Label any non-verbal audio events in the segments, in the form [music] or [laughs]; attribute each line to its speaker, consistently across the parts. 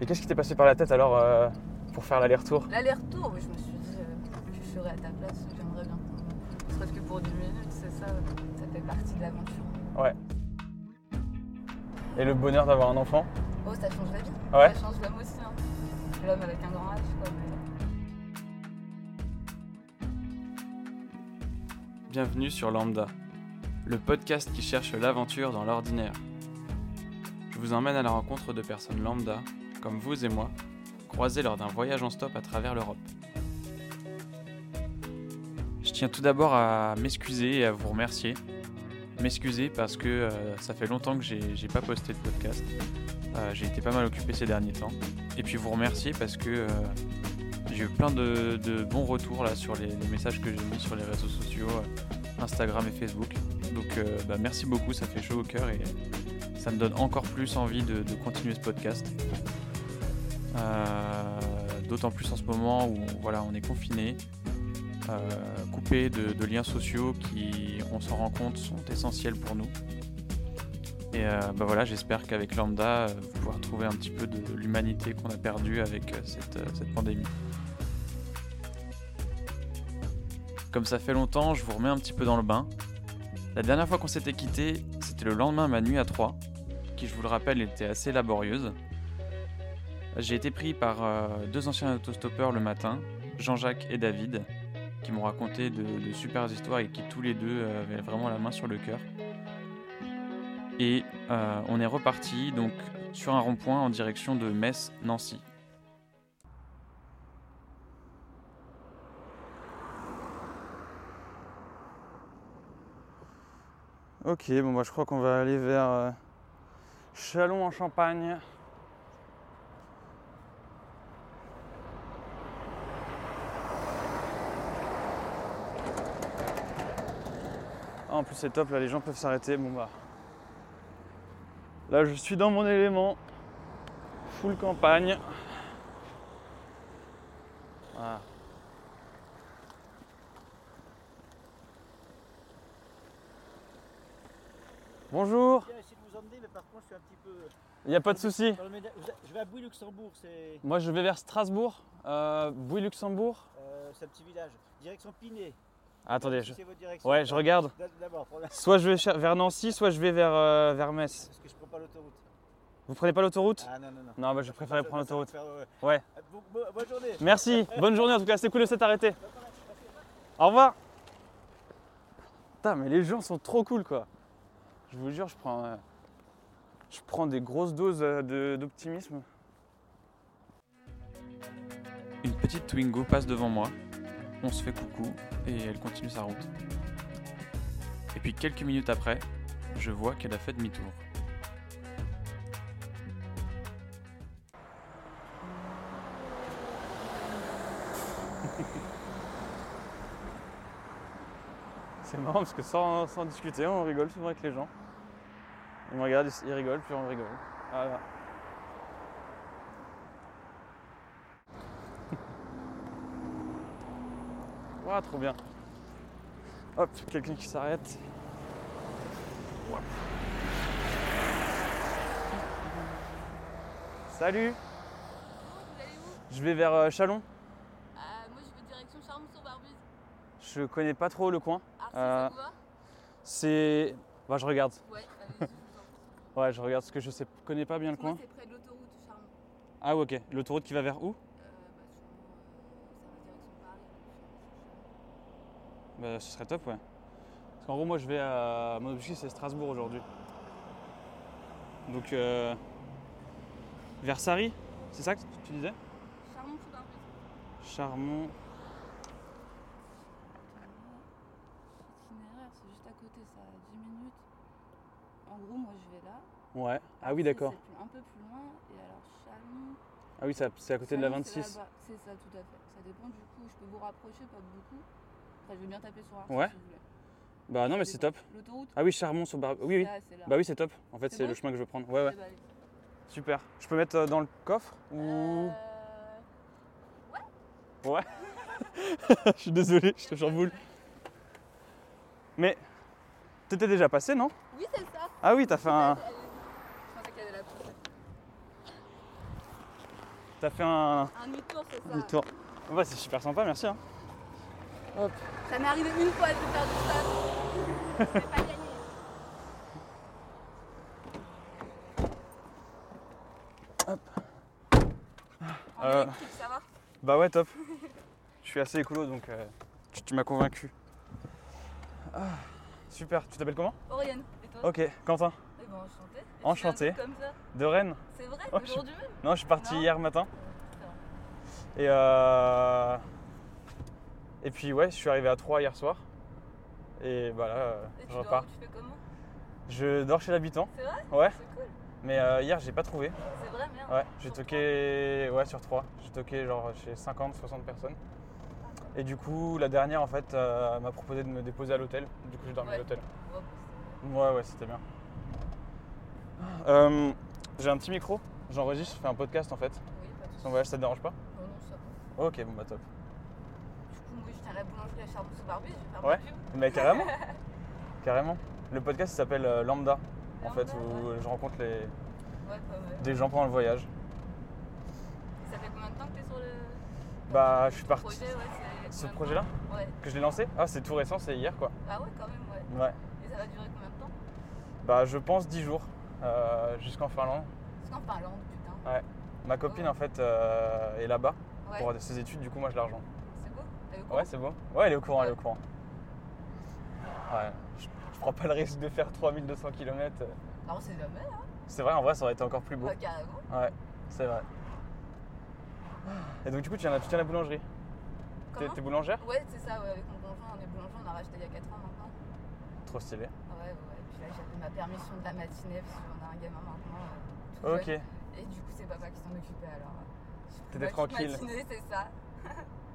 Speaker 1: Et qu'est-ce qui t'est passé par la tête alors euh, pour faire l'aller-retour
Speaker 2: L'aller-retour, oui, je me suis dit, euh, je serais à ta place, j'aimerais bien. Ne serait-ce que pour 10 minutes, c'est ça, ça fait partie de l'aventure.
Speaker 1: Et le bonheur d'avoir un enfant
Speaker 2: Oh, ça change la vie.
Speaker 1: Ah Ouais.
Speaker 2: Ça change l'homme aussi. Hein. L'homme avec un grand H, quoi. mais-
Speaker 1: Bienvenue sur Lambda, le podcast qui cherche l'aventure dans l'ordinaire. Je vous emmène à la rencontre de personnes lambda, comme vous et moi, croisées lors d'un voyage en stop à travers l'Europe. Je tiens tout d'abord à m'excuser et à vous remercier. M'excuser parce que euh, ça fait longtemps que j'ai j'ai pas posté de podcast. Euh, j'ai été pas mal occupé ces derniers temps. Et puis vous remercier parce que euh, j'ai eu plein de, de bons retours là sur les, les messages que j'ai mis sur les réseaux sociaux, euh, Instagram et Facebook. Donc euh, bah, merci beaucoup, ça fait chaud au cœur et ça me donne encore plus envie de, de continuer ce podcast. Euh, D'autant plus en ce moment où voilà, on est confiné, euh, coupé de, de liens sociaux qui, on s'en rend compte, sont essentiels pour nous. Et euh, bah voilà, j'espère qu'avec Lambda, euh, vous pourrez retrouver un petit peu de l'humanité qu'on a perdue avec euh, cette, euh, cette pandémie. Comme ça fait longtemps, je vous remets un petit peu dans le bain. La dernière fois qu'on s'était quitté, c'était le lendemain de ma nuit à 3, qui je vous le rappelle était assez laborieuse. J'ai été pris par euh, deux anciens autostoppeurs le matin, Jean-Jacques et David, qui m'ont raconté de, de super histoires et qui tous les deux euh, avaient vraiment la main sur le cœur. Et euh, on est reparti donc sur un rond-point en direction de Metz-Nancy. Ok, bon bah je crois qu'on va aller vers euh, Chalon en Champagne. Ah, en plus c'est top là, les gens peuvent s'arrêter. Bon bah là je suis dans mon élément, full campagne. Voilà. Bonjour,
Speaker 3: Je vais essayer de vous emmener, mais par contre, je suis un petit peu. euh,
Speaker 1: il n'y a pas de souci.
Speaker 3: dans le Médin- vous êtes- Je vais à Bouy-Luxembourg, c'est
Speaker 1: Moi, je vais vers Strasbourg, euh, Bouy-Luxembourg.
Speaker 3: euh, c'est un petit village. Direction Pinet.
Speaker 1: Ah, attendez, je-
Speaker 3: C'est votre direction.
Speaker 1: ouais, je regarde.
Speaker 3: D'a- D'abord, première-
Speaker 1: Soit je vais cher- vers Nancy, soit je vais vers, euh, vers Metz.
Speaker 3: parce que je prends pas l'autoroute.
Speaker 1: Vous prenez pas l'autoroute
Speaker 3: Ah non, non, non.
Speaker 1: Non, bah, je préférais
Speaker 3: Ça-
Speaker 1: prendre
Speaker 3: ça va
Speaker 1: l'autoroute.
Speaker 3: faire, euh,
Speaker 1: Ouais.
Speaker 3: euh, bon- bon- bonne journée. [laughs]
Speaker 1: Merci, bonne journée en tout cas, c'est cool de s'être arrêté. Au revoir. Putain, mais les gens sont trop cool quoi. Je vous jure, je prends, euh, je prends des grosses doses euh, de- d'optimisme. Une petite Twingo passe devant moi, on se fait coucou et elle continue sa route. Et puis quelques minutes après, je vois qu'elle a fait demi-tour. C'est marrant parce que sans, sans discuter, on rigole souvent avec les gens. Ils me regardent, ils, ils rigolent, puis on rigole. Voilà. [laughs] Ouah, trop bien. Hop, quelqu'un qui s'arrête. Ouah. Salut,
Speaker 2: Vous allez où
Speaker 1: je vais vers euh, Chalon.
Speaker 2: Ah, Moi, je vais direction Charmont-sur-Barbuse.
Speaker 1: Je connais pas trop le coin.
Speaker 2: Arcis,
Speaker 1: Euh,
Speaker 2: ça vous va
Speaker 1: C'est. Bah, je regarde.
Speaker 2: Ouais, allez-y, je vous en prie.
Speaker 1: Ouais, je regarde parce que je sais, connais pas bien le
Speaker 2: Moi,
Speaker 1: coin.
Speaker 2: c'est près de l'autoroute Charmont.
Speaker 1: Ah, ouais, ok. L'autoroute qui va vers où
Speaker 2: Euh, bah, sûrement, euh, ça va direction Paris.
Speaker 1: Bah, ce serait top, ouais. Parce qu'en gros, moi, je vais à. Mon objectif, c'est Strasbourg aujourd'hui. Donc, euh... vers Sarri, c'est ça que tu disais
Speaker 2: Charmont-sur-Barbuse.
Speaker 1: Charmont.
Speaker 2: Itinéraire, c'est juste à côté, ça a 10 minutes. En gros, moi, je vais là.
Speaker 1: Ouais. Ah
Speaker 2: Arcis,
Speaker 1: oui, d'accord.
Speaker 2: c'est plus- Un peu plus loin. Et alors, Chalon.
Speaker 1: Ah oui, ça- c'est à côté de la
Speaker 2: Chalon, c'est
Speaker 1: 26.
Speaker 2: là-bas. C'est ça, tout à fait. Ça dépend du coup. Je peux vous rapprocher, pas beaucoup. Après, je vais bien taper sur Arcis
Speaker 1: Ouais.
Speaker 2: si vous voulez.
Speaker 1: Bah, non, mais c'est top.
Speaker 2: L'autoroute
Speaker 1: Ah oui, Charmont sur Barbe. Oui, oui.
Speaker 2: là, c'est là.
Speaker 1: Bah, oui, c'est top. En fait,
Speaker 2: C'est
Speaker 1: c'est
Speaker 2: bon
Speaker 1: le chemin que je veux prendre. Ouais, ouais.
Speaker 2: Eh bah, allez.
Speaker 1: Super. Je peux mettre euh, dans le coffre ou.
Speaker 2: Euh,
Speaker 1: [laughs] je suis désolé, je te chamboule. Mais. T'étais déjà passé, non
Speaker 2: Oui, c'est ça.
Speaker 1: Ah oui, t'as fait un.
Speaker 2: Je pensais qu'il y avait la pousse.
Speaker 4: T'as fait un
Speaker 2: Un demi-tour, c'est ça.
Speaker 4: demi-tour. Ouais, c'est super sympa, merci. hein.
Speaker 2: Ça m'est arrivé une fois de faire du sable.
Speaker 1: [laughs]
Speaker 2: C'est pas gagné. En
Speaker 4: Euh.
Speaker 2: électrique, ça va
Speaker 4: Bah ouais, top. [laughs] Je suis assez écolo, donc euh, tu, tu m'as convaincu. Ah, super, tu t'appelles comment
Speaker 2: Oriane, et toi
Speaker 4: Ok, Quentin.
Speaker 2: Eh ben, enchanté.
Speaker 4: Enchanté.
Speaker 2: Comme ça.
Speaker 4: De Rennes
Speaker 2: C'est vrai,
Speaker 4: Oh, je-
Speaker 2: aujourd'hui même.
Speaker 4: Non, je suis parti
Speaker 2: Non.
Speaker 4: hier matin. Et euh... Et puis ouais, je suis arrivé à 3 hier soir. Et bah là, euh,
Speaker 2: Et tu,
Speaker 4: je
Speaker 2: dors,
Speaker 4: repars.
Speaker 2: tu fais comment
Speaker 4: Je dors chez l'habitant,
Speaker 2: C'est vrai
Speaker 4: Ouais.
Speaker 2: C'est cool.
Speaker 4: mais euh, hier j'ai pas trouvé.
Speaker 2: C'est vrai, merde.
Speaker 4: Ouais, j'ai
Speaker 2: Sur
Speaker 4: toqué ouais, sur 3. J'ai toqué genre chez 50, 60 personnes. Et du coup, la dernière en fait euh, m'a proposé de me déposer à l'hôtel. Du coup, j'ai dormi à
Speaker 2: Ouais.
Speaker 4: l'hôtel.
Speaker 2: Oh, c'est-
Speaker 4: Ouais, ouais, c'était bien. Euh, j'ai un petit micro, j'enregistre, je fais un podcast en fait.
Speaker 2: Oui, pas de soucis.
Speaker 4: Son voyage, ça te dérange pas
Speaker 2: Non, non, ça va.
Speaker 4: Ok, bon bah top.
Speaker 2: Du coup, moi, j'étais à la boulangerie à Charbon sous Barbie, je vais faire ma
Speaker 4: Ouais.
Speaker 2: pub. [laughs]
Speaker 4: Mais carrément Carrément. Le podcast il s'appelle euh, Lambda, en fait,
Speaker 2: Ouais,
Speaker 4: où
Speaker 2: ouais.
Speaker 4: je rencontre les...
Speaker 2: Ouais, pas mal.
Speaker 4: des gens pendant le voyage.
Speaker 2: Ça fait combien de temps que t'es sur le.
Speaker 4: Bah, je suis
Speaker 2: ton
Speaker 4: parti-
Speaker 2: projet, ouais, c'est
Speaker 4: Ce
Speaker 2: combien de
Speaker 4: projet-là
Speaker 2: temps Ouais.
Speaker 4: que je l'ai lancé Ah, c'est tout récent, c'est hier quoi.
Speaker 2: Ah ouais, quand même, ouais.
Speaker 4: Ouais.
Speaker 2: Et ça va durer combien de temps
Speaker 4: Bah, je pense 10 jours euh, jusqu'en Finlande.
Speaker 2: Parce qu'en Finlande, putain.
Speaker 4: Ma copine en fait euh, est là-bas
Speaker 2: Ouais. Oh.
Speaker 4: pour ses études, du coup, moi je la rejoins.
Speaker 2: C'est beau. T'as eu quoi
Speaker 4: Ouais, c'est beau. Ouais, elle est au courant, elle est au courant. Ouais, je, je prends pas le risque de faire 3200 km.
Speaker 2: Ah, on sait jamais, hein.
Speaker 4: C'est vrai, en vrai, ça aurait été encore plus beau.
Speaker 2: Bah, carrément.
Speaker 4: C'est vrai. Et donc, du coup, tu tiens la, tu tiens la boulangerie T'es
Speaker 2: Comment
Speaker 4: t'es boulangère
Speaker 2: Ouais, c'est ça, ouais, avec mon conjoint, on est boulanger, on a racheté il y a 4 ans maintenant.
Speaker 4: Trop stylé.
Speaker 2: Ah Ouais, ouais, ouais. Puis là, j'avais ma permission de la matinée, parce qu'on a un gamin maintenant. euh, tout
Speaker 4: Ok,
Speaker 2: jeune. Et du coup, c'est papa qui s'en occupait alors. euh, je-
Speaker 4: T'étais
Speaker 2: ma petite
Speaker 4: tranquille.
Speaker 2: matinée, c'est ça.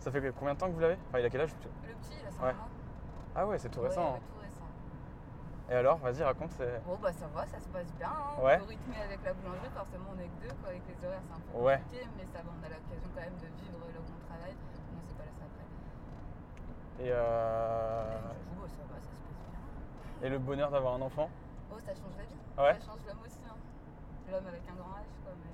Speaker 4: ça fait combien de temps que vous l'avez Enfin, il a quel âge
Speaker 2: Le petit, il a 5
Speaker 4: Ouais.
Speaker 2: mois.
Speaker 4: Ah ouais, c'est tout récent.
Speaker 2: Ouais, ouais,
Speaker 4: hein.
Speaker 2: tout récent.
Speaker 4: Et alors, vas-y, raconte. c'est-
Speaker 2: Bon, bah ça va, ça se passe bien. Hein.
Speaker 4: Ouais.
Speaker 2: On peut rythmer avec la boulangerie, forcément, on est que deux, quoi. Avec les horaires, c'est un peu
Speaker 4: Ouais,
Speaker 2: compliqué, mais ça va, on a l'occasion quand même de vivre là où on travaille. Non, c'est pas là, ça après.
Speaker 4: et, euh,
Speaker 2: Du coup, bah, ça va, ça se passe bien.
Speaker 4: et le bonheur d'avoir un enfant
Speaker 2: Oh, ça change la vie.
Speaker 4: Ouais.
Speaker 2: Ça change l'homme aussi. Hein. L'homme avec un grand âge, quoi. Mais...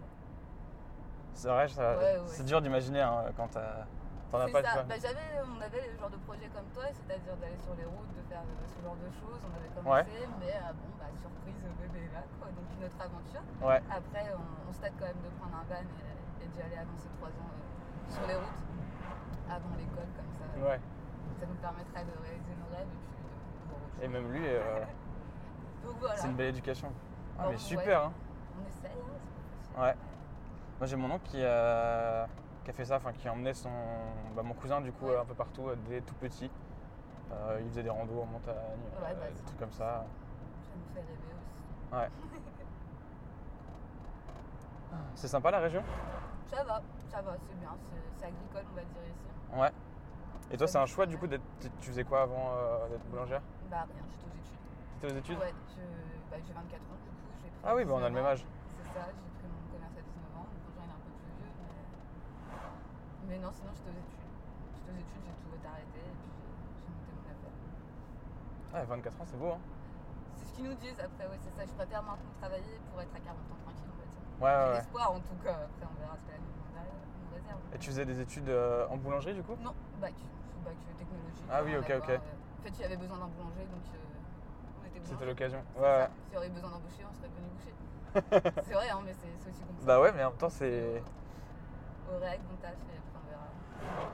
Speaker 4: C'est vrai, ça-
Speaker 2: Ouais, ouais.
Speaker 4: c'est dur d'imaginer hein, quand t'as- t'en as
Speaker 2: C'est
Speaker 4: pas
Speaker 2: ça.
Speaker 4: toi.
Speaker 2: Bah, j'avais, on avait le genre de projet comme toi, c'est-à-dire d'aller sur les routes, de faire euh, ce genre de choses. On avait commencé, mais euh, bon, bah, surprise, le bébé est là, quoi. Donc une autre aventure.
Speaker 4: Ouais.
Speaker 2: Après, on, on se tâte quand même de prendre un van et, et d'y aller avant ces trois ans euh, sur les routes, avant l'école, comme ça.
Speaker 4: Ouais.
Speaker 2: Ça nous permettra de réaliser nos rêves et puis de voir autre
Speaker 4: Et
Speaker 2: chose.
Speaker 4: même lui, euh,
Speaker 2: Donc voilà,
Speaker 4: c'est une belle éducation. Ah,
Speaker 2: Bon,
Speaker 4: mais
Speaker 2: ouais.
Speaker 4: super, hein.
Speaker 2: on essaye. hein, c'est pas
Speaker 4: Ouais. Moi j'ai mon oncle qui, euh, qui a fait ça, enfin qui emmenait son, bah, mon cousin du coup
Speaker 2: Ouais.
Speaker 4: un peu partout euh, dès tout petit. Euh, il faisait des randos en montagne,
Speaker 2: Ouais,
Speaker 4: euh,
Speaker 2: bah,
Speaker 4: des
Speaker 2: ça-
Speaker 4: trucs comme ça.
Speaker 2: facile. Ça nous fait rêver aussi.
Speaker 4: C'est sympa la région
Speaker 2: Ça va, ça va, c'est bien, c'est- c'est agricole, on va dire ici.
Speaker 4: Ouais. Et toi
Speaker 2: Ça
Speaker 4: c'est un
Speaker 2: nous
Speaker 4: choix
Speaker 2: fait
Speaker 4: du coup d'être. Tu tu faisais quoi avant euh, d'être boulangère
Speaker 2: Bah rien, j'étais aux études.
Speaker 4: T'étais aux études
Speaker 2: Ouais, je- bah, j'ai 24 ans du coup, j'ai pris.
Speaker 4: Ah oui, bah on a le
Speaker 2: 19
Speaker 4: même
Speaker 2: ans.
Speaker 4: âge.
Speaker 2: C'est ça, j'ai pris mon commerce à 19 ans, mon conjoint il est un peu plus vieux, mais. Mais non, sinon j'étais aux études. J'étais aux études, j'ai tout arrêté et puis j'ai monté mon affaire.
Speaker 4: Ouais, 24 ans c'est beau hein.
Speaker 2: C'est ce qu'ils nous disent après, ouais, c'est ça, je préfère maintenant travailler pour être à 40 ans tranquille, on va dire.
Speaker 4: Ouais,
Speaker 2: J'ai
Speaker 4: Ah ouais, ouais.
Speaker 2: l'espoir en tout cas, après on verra ce que la vie nous réserve- nous réserve.
Speaker 4: Et tu faisais des études euh, en boulangerie du coup
Speaker 2: Non, bac, je suis bac euh, technologique.
Speaker 4: Ah oui,
Speaker 2: rien
Speaker 4: ok,
Speaker 2: à
Speaker 4: ok.
Speaker 2: voir, euh. En fait, il y avait besoin d'un boulanger donc euh, on était
Speaker 4: C'était
Speaker 2: boulanger.
Speaker 4: l'occasion.
Speaker 2: C'est
Speaker 4: Ouais.
Speaker 2: ça.
Speaker 4: ouais.
Speaker 2: Si on avait besoin d'embaucher, on serait venu boucher.
Speaker 4: [laughs]
Speaker 2: c'est vrai, hein, mais c'est c'est aussi comme ça. euh,
Speaker 4: Bah ouais, mais en même temps c'est.
Speaker 2: Au règle, on taffe et après on verra.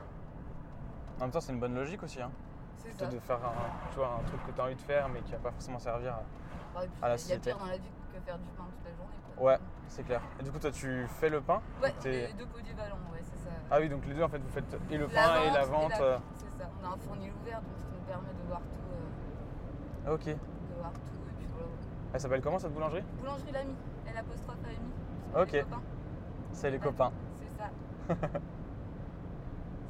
Speaker 4: En même temps c'est une bonne logique aussi hein.
Speaker 2: C'est
Speaker 4: Plutôt
Speaker 2: ça.
Speaker 4: de faire un, tu vois, un truc que t'as envie de faire mais qui va pas forcément servir à.
Speaker 2: Bah, et puis,
Speaker 4: à la
Speaker 2: il y a
Speaker 4: société.
Speaker 2: pire dans la vie que faire du pain toute la journée. Quoi.
Speaker 4: Ouais. C'est clair. Et du coup, toi, tu fais le pain
Speaker 2: Ouais,
Speaker 4: Donc,
Speaker 2: on
Speaker 4: t'es-
Speaker 2: est deux polyvalents, ouais, c'est ça.
Speaker 4: Ah oui, donc les deux, en fait, vous faites et le pain et la vente. euh,
Speaker 2: C'est ça. On a un fournil ouvert donc ce qui nous permet de voir tout. euh,
Speaker 4: Ok.
Speaker 2: de voir tout et puis voilà.
Speaker 4: Elle s'appelle comment cette boulangerie
Speaker 2: Boulangerie l'ami, elle apostrophe à Amy.
Speaker 4: Ok.
Speaker 2: Les copains,
Speaker 4: C'est les copains.
Speaker 2: C'est
Speaker 4: [laughs]
Speaker 2: ça.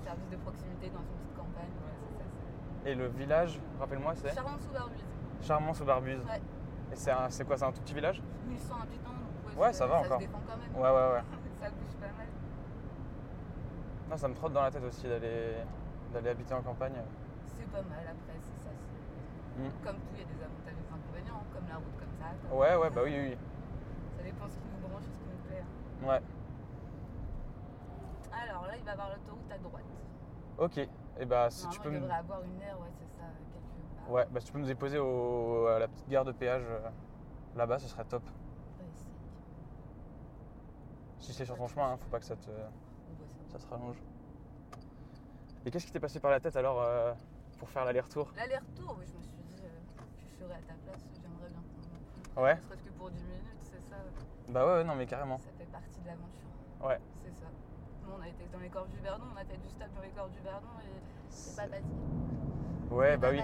Speaker 2: Service de proximité dans une petite campagne, ouais, c'est ça.
Speaker 4: Et le village, rappelle-moi,
Speaker 2: c'est-
Speaker 4: c'est
Speaker 2: Charente-sous-Barbuise.
Speaker 4: Charmant sous Barbuse.
Speaker 2: Ouais.
Speaker 4: Et c'est un- c'est quoi C'est un tout petit village
Speaker 2: 1100 habitants, donc
Speaker 4: Ouais,
Speaker 2: c'est-
Speaker 4: ça va
Speaker 2: ça
Speaker 4: encore.
Speaker 2: se défend quand même.
Speaker 4: Ouais, ouais, ouais.
Speaker 2: ça bouge pas mal.
Speaker 4: Non, ça me trotte dans la tête aussi d'aller d'aller habiter en campagne.
Speaker 2: C'est pas mal après, c'est ça. c'est-
Speaker 4: Mm.
Speaker 2: Comme tout, il y a des avantages et des inconvénients, hein, comme la route comme ça. comme-
Speaker 4: Ouais, ouais, bah oui, oui.
Speaker 2: Ça dépend ce qui nous branche et ce qui nous plaît. hein.
Speaker 4: oui. Ouais.
Speaker 2: vas voir l'autoroute à droite.
Speaker 4: Ok. Et bah si
Speaker 2: Normalement,
Speaker 4: tu peux
Speaker 2: il
Speaker 4: me...
Speaker 2: devrait avoir une aire, ouais, c'est ça, quelque part.
Speaker 4: Ouais, bah si tu peux me déposer au- à la petite gare de péage euh, là-bas, ce serait top.
Speaker 2: Pas ici.
Speaker 4: Si c'est sur ton chemin, hein, faut pas que ça te,
Speaker 2: Ou bah, c'est-
Speaker 4: ça te rallonge. Et qu'est-ce qui t'est passé par la tête alors euh, pour faire l'aller-retour
Speaker 2: L'aller-retour, oui, je me suis dit euh, que je serais à ta place, j'aimerais bien.
Speaker 4: Ouais.
Speaker 2: Ne serait-ce que pour 10 minutes, c'est ça,
Speaker 4: Bah ouais, ouais, non mais carrément.
Speaker 2: ça fait partie de l'aventure.
Speaker 4: Ouais.
Speaker 2: C'est ça. Nous, on a été dans les corps du Verdon, on a fait du stop dans les corps du Verdon et c'est pas facile.
Speaker 4: Ouais,
Speaker 2: Ah
Speaker 4: bah [laughs]
Speaker 2: [laughs]
Speaker 4: oui.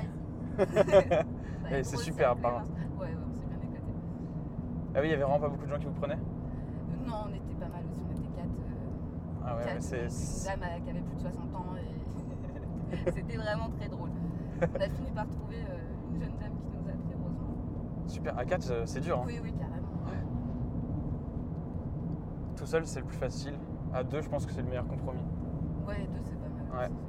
Speaker 2: Bah,
Speaker 4: Et c'est superbe,
Speaker 2: par
Speaker 4: par
Speaker 2: Ouais, ouais, on s'est bien éclaté.
Speaker 4: Ah oui, il y avait vraiment pas beaucoup de gens qui vous prenaient
Speaker 2: Euh, Non, on était pas mal aussi, on était 4.
Speaker 4: Ah ouais, mais c'est.
Speaker 2: une dame euh, qui avait plus de 60 ans et [laughs] c'était vraiment très drôle. On a fini par trouver euh, une jeune dame qui nous a pris, heureusement.
Speaker 4: Super. À 4, c'est dur. hein.
Speaker 2: Oui, oui, carrément.
Speaker 4: Tout seul, c'est le plus facile. À deux, je pense que c'est le meilleur compromis.
Speaker 2: Ouais, les deux, c'est pas mal.
Speaker 4: Ouais.
Speaker 2: aussi.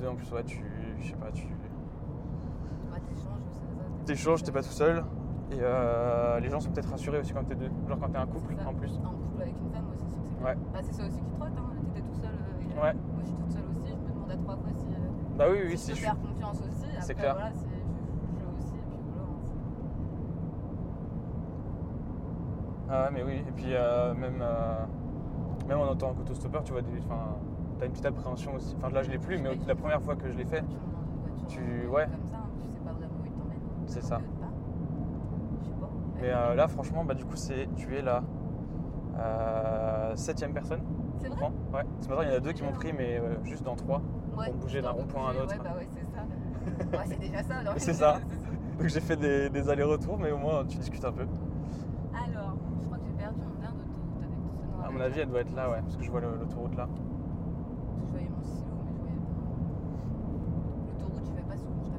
Speaker 4: Deux, en plus, ouais, tu. Je sais pas, tu.
Speaker 2: Ouais, t'échanges, ça, ça.
Speaker 4: T'échanges, t'es pas tout seul. Et euh, les gens sont peut-être rassurés aussi quand t'es deux. Genre quand t'es un couple
Speaker 2: C'est ça.
Speaker 4: en plus.
Speaker 2: En couple avec une femme, ouais, c'est sûr que c'est bien.
Speaker 4: Ouais.
Speaker 2: Bah, c'est ça aussi qui trotte, hein. T'étais tout seul. euh, et, euh,
Speaker 4: Ouais.
Speaker 2: Moi, je suis toute seule aussi. Je me demandais trois fois si, euh,
Speaker 4: Bah oui,
Speaker 2: si
Speaker 4: oui, si
Speaker 2: je peux
Speaker 4: je
Speaker 2: faire confiance aussi. Après,
Speaker 4: clair.
Speaker 2: voilà, c'est je joue aussi. Et puis voilà. hein, c'est-
Speaker 4: Ah ouais, mais oui, et puis euh, même, euh, même en entendant qu'autostoppeur, tu vois, des- enfin, t'as une petite appréhension aussi. Enfin là je l'ai plus, mais la première fois que je l'ai fait,
Speaker 2: Tu montes dans une voiture.
Speaker 4: Tu-
Speaker 2: euh,
Speaker 4: ouais.
Speaker 2: Comme ça, hein, tu sais pas vraiment où il t'emmène.
Speaker 4: C'est
Speaker 2: Tant
Speaker 4: ça.
Speaker 2: mieux de pas. Je sais pas.
Speaker 4: mais euh, là franchement, bah du coup c'est, tu es la euh, septième personne,
Speaker 2: [laughs] c'est
Speaker 4: je
Speaker 2: vrai.
Speaker 4: crois. Ouais. Ce matin il y en a deux qui m'ont pris, mais euh, juste dans trois.
Speaker 2: Ouais,
Speaker 4: pour bouger
Speaker 2: dans
Speaker 4: d'un rond-point à un
Speaker 2: bouger,
Speaker 4: autre.
Speaker 2: Ouais, bah ouais, c'est ça. ouais, c'est déjà ça. genre.
Speaker 4: [laughs] C'est ça. Donc j'ai fait des, des allers-retours, mais au moins tu discutes un peu.
Speaker 2: Alors, je crois que j'ai perdu mon air d'autoroute avec tout ça. dans la
Speaker 4: À mon
Speaker 2: voiture.
Speaker 4: avis, elle doit être là, ouais, parce que je vois le- l'autoroute là.
Speaker 2: Je voyais mon silo, mais je voyais pas. L'autoroute, je vais pas souvent, je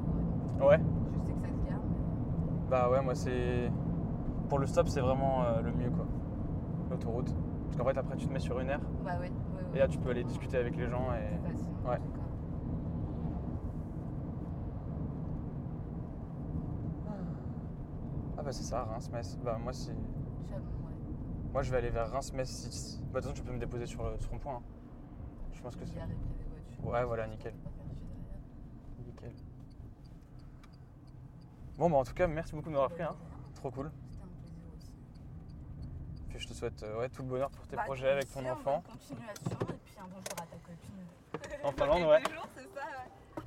Speaker 2: t'avouerai.
Speaker 4: Ouais.
Speaker 2: Je sais que ça se garde, mais
Speaker 4: Bah ouais, moi c'est. Pour le stop, c'est vraiment euh, le mieux quoi, l'autoroute. Parce qu'en fait après tu te mets sur une aire,
Speaker 2: bah ouais. ouais, ouais.
Speaker 4: et là tu peux aller discuter avec les gens et.
Speaker 2: C'est facile, en
Speaker 4: Ouais.
Speaker 2: tout cas.
Speaker 4: Ah bah c'est ça, Reims-Metz. Bah moi si.
Speaker 2: Je suis à mon- ouais,
Speaker 4: Moi je vais aller vers Reims-Metz 6. Bah de toute façon tu peux me déposer sur le sur rond-point. hein. Je pense que
Speaker 2: je
Speaker 4: c'est.
Speaker 2: vais arriver, il y a des voitures.
Speaker 4: Ouais, voilà, nickel.
Speaker 2: Je vais pas faire chier derrière.
Speaker 4: Nickel. Bon bah en tout cas merci beaucoup de m'avoir pris hein. Trop cool.
Speaker 2: C'était un plaisir aussi.
Speaker 4: Puis je te souhaite euh, ouais, tout le bonheur pour tes
Speaker 2: Bah,
Speaker 4: projets avec ton
Speaker 2: merci, hein,
Speaker 4: enfant.
Speaker 2: bonne continuation et puis un bonjour à ta copine.
Speaker 4: En
Speaker 2: [laughs]
Speaker 4: Finlande,
Speaker 2: Dans
Speaker 4: ouais.
Speaker 2: quelques jours, c'est ça, ouais.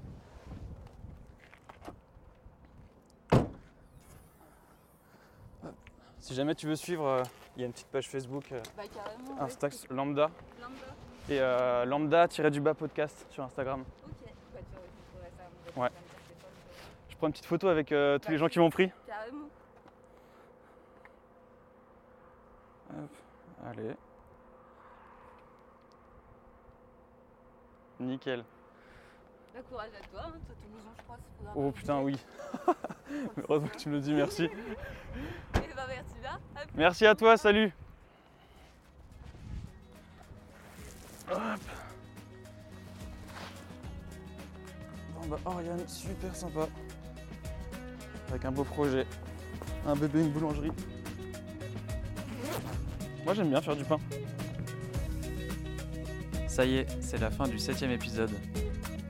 Speaker 4: Si jamais tu veux suivre, euh, il y a une petite page Facebook, euh,
Speaker 2: Bah, carrément. ouais.
Speaker 4: Instax Lambda
Speaker 2: Lambda.
Speaker 4: et euh, lambda-du-bas podcast sur Instagram.
Speaker 2: Ok. Bah, tu retrouverais ça à mon
Speaker 4: Ouais.
Speaker 2: avis, tu vas me dire tes potes,
Speaker 4: Je prends une petite photo avec euh, tous
Speaker 2: Bah,
Speaker 4: les gens qui m'ont pris.
Speaker 2: euh, Carrément.
Speaker 4: Allez. Nickel.
Speaker 2: Bah, courage à toi. hein. Toi, Toulousain, je crois, c'est programme.
Speaker 4: Oh putain, oui. [laughs]
Speaker 2: [laughs]
Speaker 4: Heureusement que tu me le dis, merci.
Speaker 2: Et bah, merci bien. À plus.
Speaker 4: Merci à toi, salut. Hop. Bon bah Oriane, super sympa. Avec un beau projet. Un bébé, une boulangerie. Moi j'aime bien faire du pain.
Speaker 1: Ça y est, c'est la fin du septième épisode.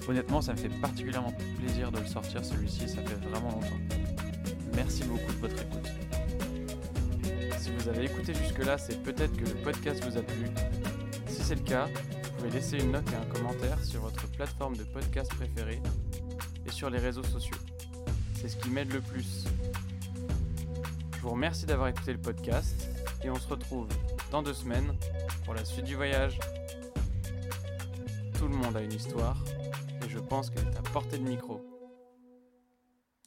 Speaker 1: Honnêtement, ça me fait particulièrement plaisir de le sortir celui-ci, ça fait vraiment longtemps. Merci beaucoup de votre écoute. Si vous avez écouté jusque-là, c'est peut-être que le podcast vous a plu. Si c'est le cas, vous pouvez laisser une note et un commentaire sur votre plateforme de podcast préférée et sur les réseaux sociaux. C'est ce qui m'aide le plus. Je vous remercie d'avoir écouté le podcast et on se retrouve dans deux semaines pour la suite du voyage. Tout le monde a une histoire, et je pense qu'elle est à portée de micro.